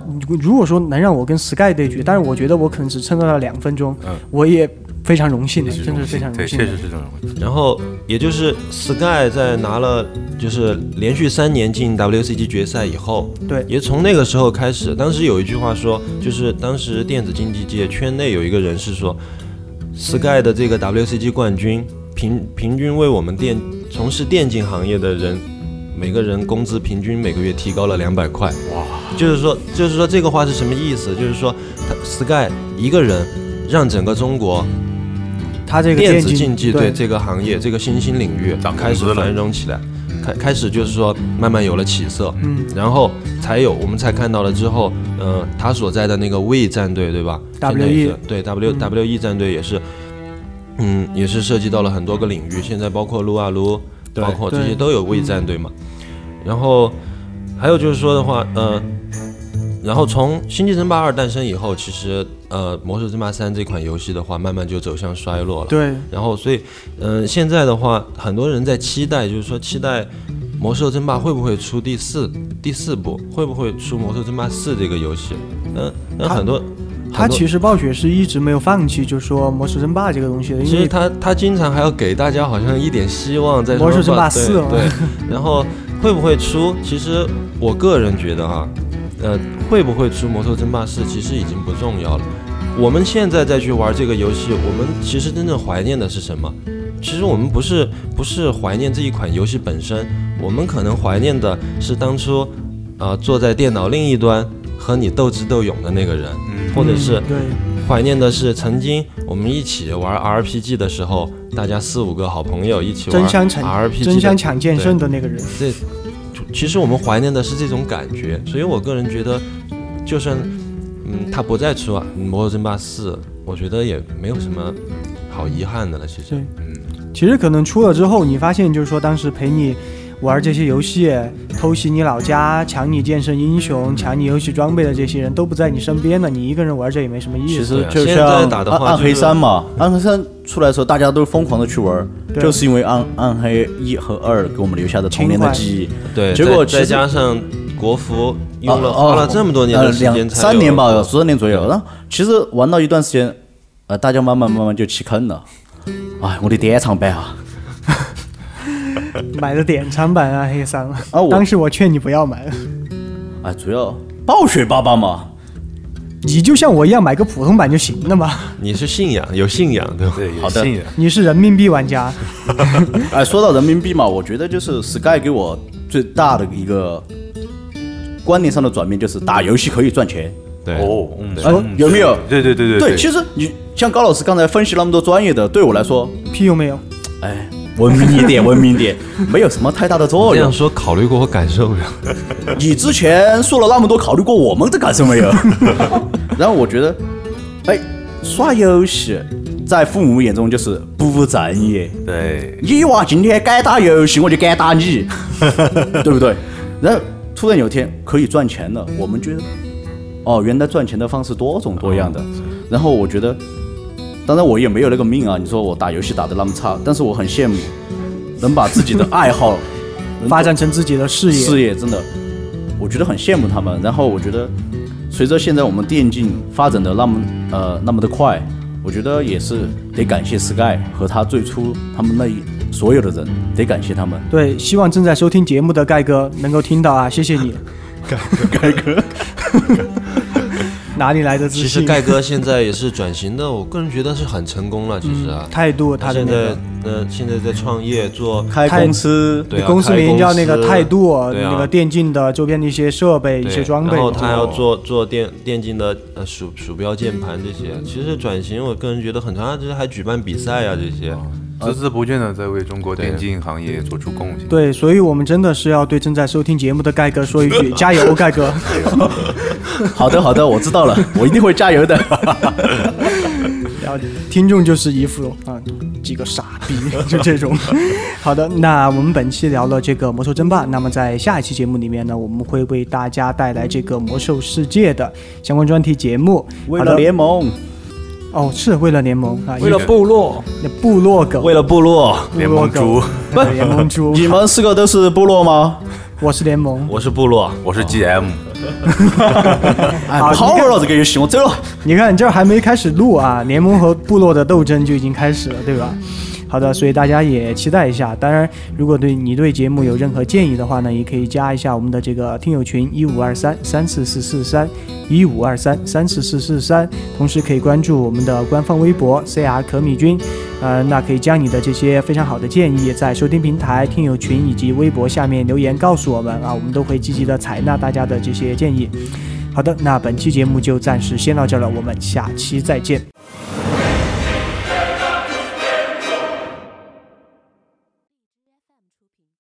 A: 如果说能让我跟 Sky 对局，但是我觉得我可能只撑到了两分钟，我也非常荣幸的，真的是非常
D: 对，
A: 荣幸
D: 确
A: 的。
D: 实是这种荣幸。
C: 然后也就是 Sky 在拿了就是连续三年进 WCG 决赛以后，
A: 对
C: 也从那个时候开始，当时有一句话说，就是当时电子竞技界圈内有一个人是说，Sky 的这个 WCG 冠军平平均为我们电从事电竞行业的人。每个人工资平均每个月提高了两百块，哇！就是说，就是说这个话是什么意思？就是说，他 Sky 一个人让整个中国
A: 他这个
C: 电
A: 电
C: 子竞技
A: 对嗯
C: 对这个行业、这个新兴领域
D: 涨
C: 开
D: 工资
C: 始
D: 了
C: 繁荣起来，开开始就是说慢慢有了起色，
A: 嗯，
C: 然后才有我们才看到了之后，嗯，他所在的那个 WE 战队对吧 E
A: WE 嗯
C: 现在也是对 W W E 战队也是。嗯，也是涉及到了很多个领域，现在包括撸啊撸，
B: 对
C: 包括这些
A: 对嗯
C: 都有位战队嘛。然后还有就是说的话，呃，然后从《星际争霸二》诞生以后，其实呃，《魔兽争霸三》这款游戏的话，慢慢就走向衰落了。
A: 对，
C: 然后所以，嗯、现在的话，很多人在期待，就是说期待《魔兽争霸》会不会出第四第四部，会不会出《魔兽争霸四》这个游戏？嗯，那
A: 它
C: 很多，
A: 他
C: 很多
A: 其实暴雪是一直没有放弃，就说《魔兽争霸》这个东西的，
C: 其
A: 因
C: 实
A: 为
C: 他他经常还要给大家好像一点希望在说
A: 魔兽争霸
C: 对
A: 四嘛
C: 对，然后会不会出？其实我个人觉得哈、呃，会不会出魔兽争霸四其实已经不重要了。我们现在再去玩这个游戏，我们其实真正怀念的是什么？其实我们不是不是怀念这一款游戏本身，我们可能怀念的是当初，啊、坐在电脑另一端和你斗智斗勇的那个人，或者是
A: 嗯对
C: 怀念的是曾经我们一起玩 RPG 的时候，大家四五个好朋友一起玩
A: 争相抢
C: RPG
A: 争相
C: 的
A: 抢剑圣的那个人，
C: 这，其实我们怀念的是这种感觉。所以我个人觉得，就算嗯他不再出啊《魔兽争霸四》，我觉得也没有什么好遗憾的了。其实
B: 嗯
A: 对，其实可能出了之后，你发现就是说，当时陪你玩这些游戏、偷袭你老家、抢你剑圣英雄、抢你游戏装备的这些人都不在你身边了，你一个人玩这也没什么意
B: 其
A: 思。
B: 实就
C: 啊现
B: 像
C: 在打的
B: 暗
C: 话
B: 暗
C: 就是
B: 黑三嘛，暗黑三出来的时候，大家都疯狂的去玩儿，
A: 对
B: 就是因为暗暗黑一和二给我们留下的童年的记忆。
C: 对，
B: 结果
C: 再
B: 其
C: 再
B: 实
C: 加上国服用了、
B: 哦
C: 花了这么多年
B: 呃
C: 的时间才有、
B: 两三年吧，十年左右。然后其实玩到一段时间，呃，大家慢慢慢慢就弃坑了。哎，我的典藏版啊！
A: 买的典藏版啊，黑三了。
B: 啊我
A: 当时我劝你不要买，
B: 哎，主要暴雪爸爸嘛，
A: 你就像我一样买个普通版就行了嘛。
C: 你是信仰有信仰对吧？
D: 对，有
B: 好的
D: 信任。
A: 你是人民币玩家，
B: 哎，说到人民币嘛，我觉得就是 Sky 给我最大的一个观念上的转变，就是打游戏可以赚钱。
C: 对
D: 哦，嗯
B: 哎
D: 嗯
B: 有没有
D: 对对对对
B: 对，其实你像高老师刚才分析那么多专业的，对我来说，
A: 屁用没有？
B: 哎，文明一点，文明一点， 没有什么太大的作
C: 这样
B: 用。
C: 说考虑过我感受没有？
B: 你之前说了那么多，考虑过我们的感受没有？ 然后我觉得，哎，耍游戏在父母眼中就是不务正业。
D: 对，
B: 你娃今天敢打游戏，我就敢打你， 对不对？然后突然有一天可以赚钱了，我们觉得，哦，原来赚钱的方式多种多样的。然后我觉得，当然我也没有那个命啊，你说我打游戏打得那么差，但是我很羡慕能把自己的爱好能
A: 发展成自己的事业。
B: 事业真的，我觉得很羡慕他们。然后我觉得，随着现在我们电竞发展的那么呃那么的快，我觉得也是得感谢 Sky 和他最初他们那一所有的人，得感谢他们。
A: 对，希望正在收听节目的盖哥能够听到啊，谢谢你，盖哥， 哪里来的自
C: 其实
A: 信？
C: 盖哥现在也是转型的，我个人觉得是很成功了。其实啊，
A: 态度，
C: 他
A: 嗯他的
C: 现
A: 那
C: 在
A: 个
C: 呃现在在创业做，
B: 开
A: 太
B: 公司，
C: 对啊，
A: 公司
C: 开
A: 名叫那
C: 公
A: 个
C: 司
A: 态度，
C: 对啊
A: 那个电竞的周边的一些设备、一
C: 对
A: 些装备。
C: 然后他还要做做电电竞的呃鼠鼠标、键盘这些。其实转型，我个人觉得很长，他就是还举办比赛啊这些。
A: 哦
D: 孜孜不倦的在为中国
C: 对
D: 电竞行业做出贡献。
A: 对，所以我们真的是要对正在收听节目的盖哥说一 句加油，盖哥！
B: 好的好的，我知道了，我一定会加油的。
A: 然后听众就是一副啊几个傻逼， 就这种。好的，那我们本期聊了这个《魔兽争霸》，那么在下一期节目里面呢，我们会为大家带来这个《魔兽世界》的相关专题节目。
B: 为
A: 好
B: 了
A: 的
B: 联盟，
A: 哦，是为了联盟啊，
D: 了
A: 部落，部落狗，
C: 为了部落，
A: 部落 狗，不联盟 猪，
B: 你们四个都是部落吗？
A: 我是联盟。
C: 我是部落，啊
D: 我是 GM，
B: 哎
A: 啊
B: 抛
A: 你看
B: 了这个游戏，我走了。
A: 你看，这儿还没开始录啊，联盟和部落的斗争就已经开始了，对吧？好的，所以大家也期待一下。当然，如果对你对节目有任何建议的话呢，也可以加一下我们的这个听友群一五二三三四四四三一五二三三四四四三，同时可以关注我们的官方微博 CR 可米君，呃，那可以将你的这些非常好的建议在收听平台、听友群以及微博下面留言告诉我们啊，我们都会积极的采纳大家的这些建议。好的，那本期节目就暂时先到这儿了，我们下期再见。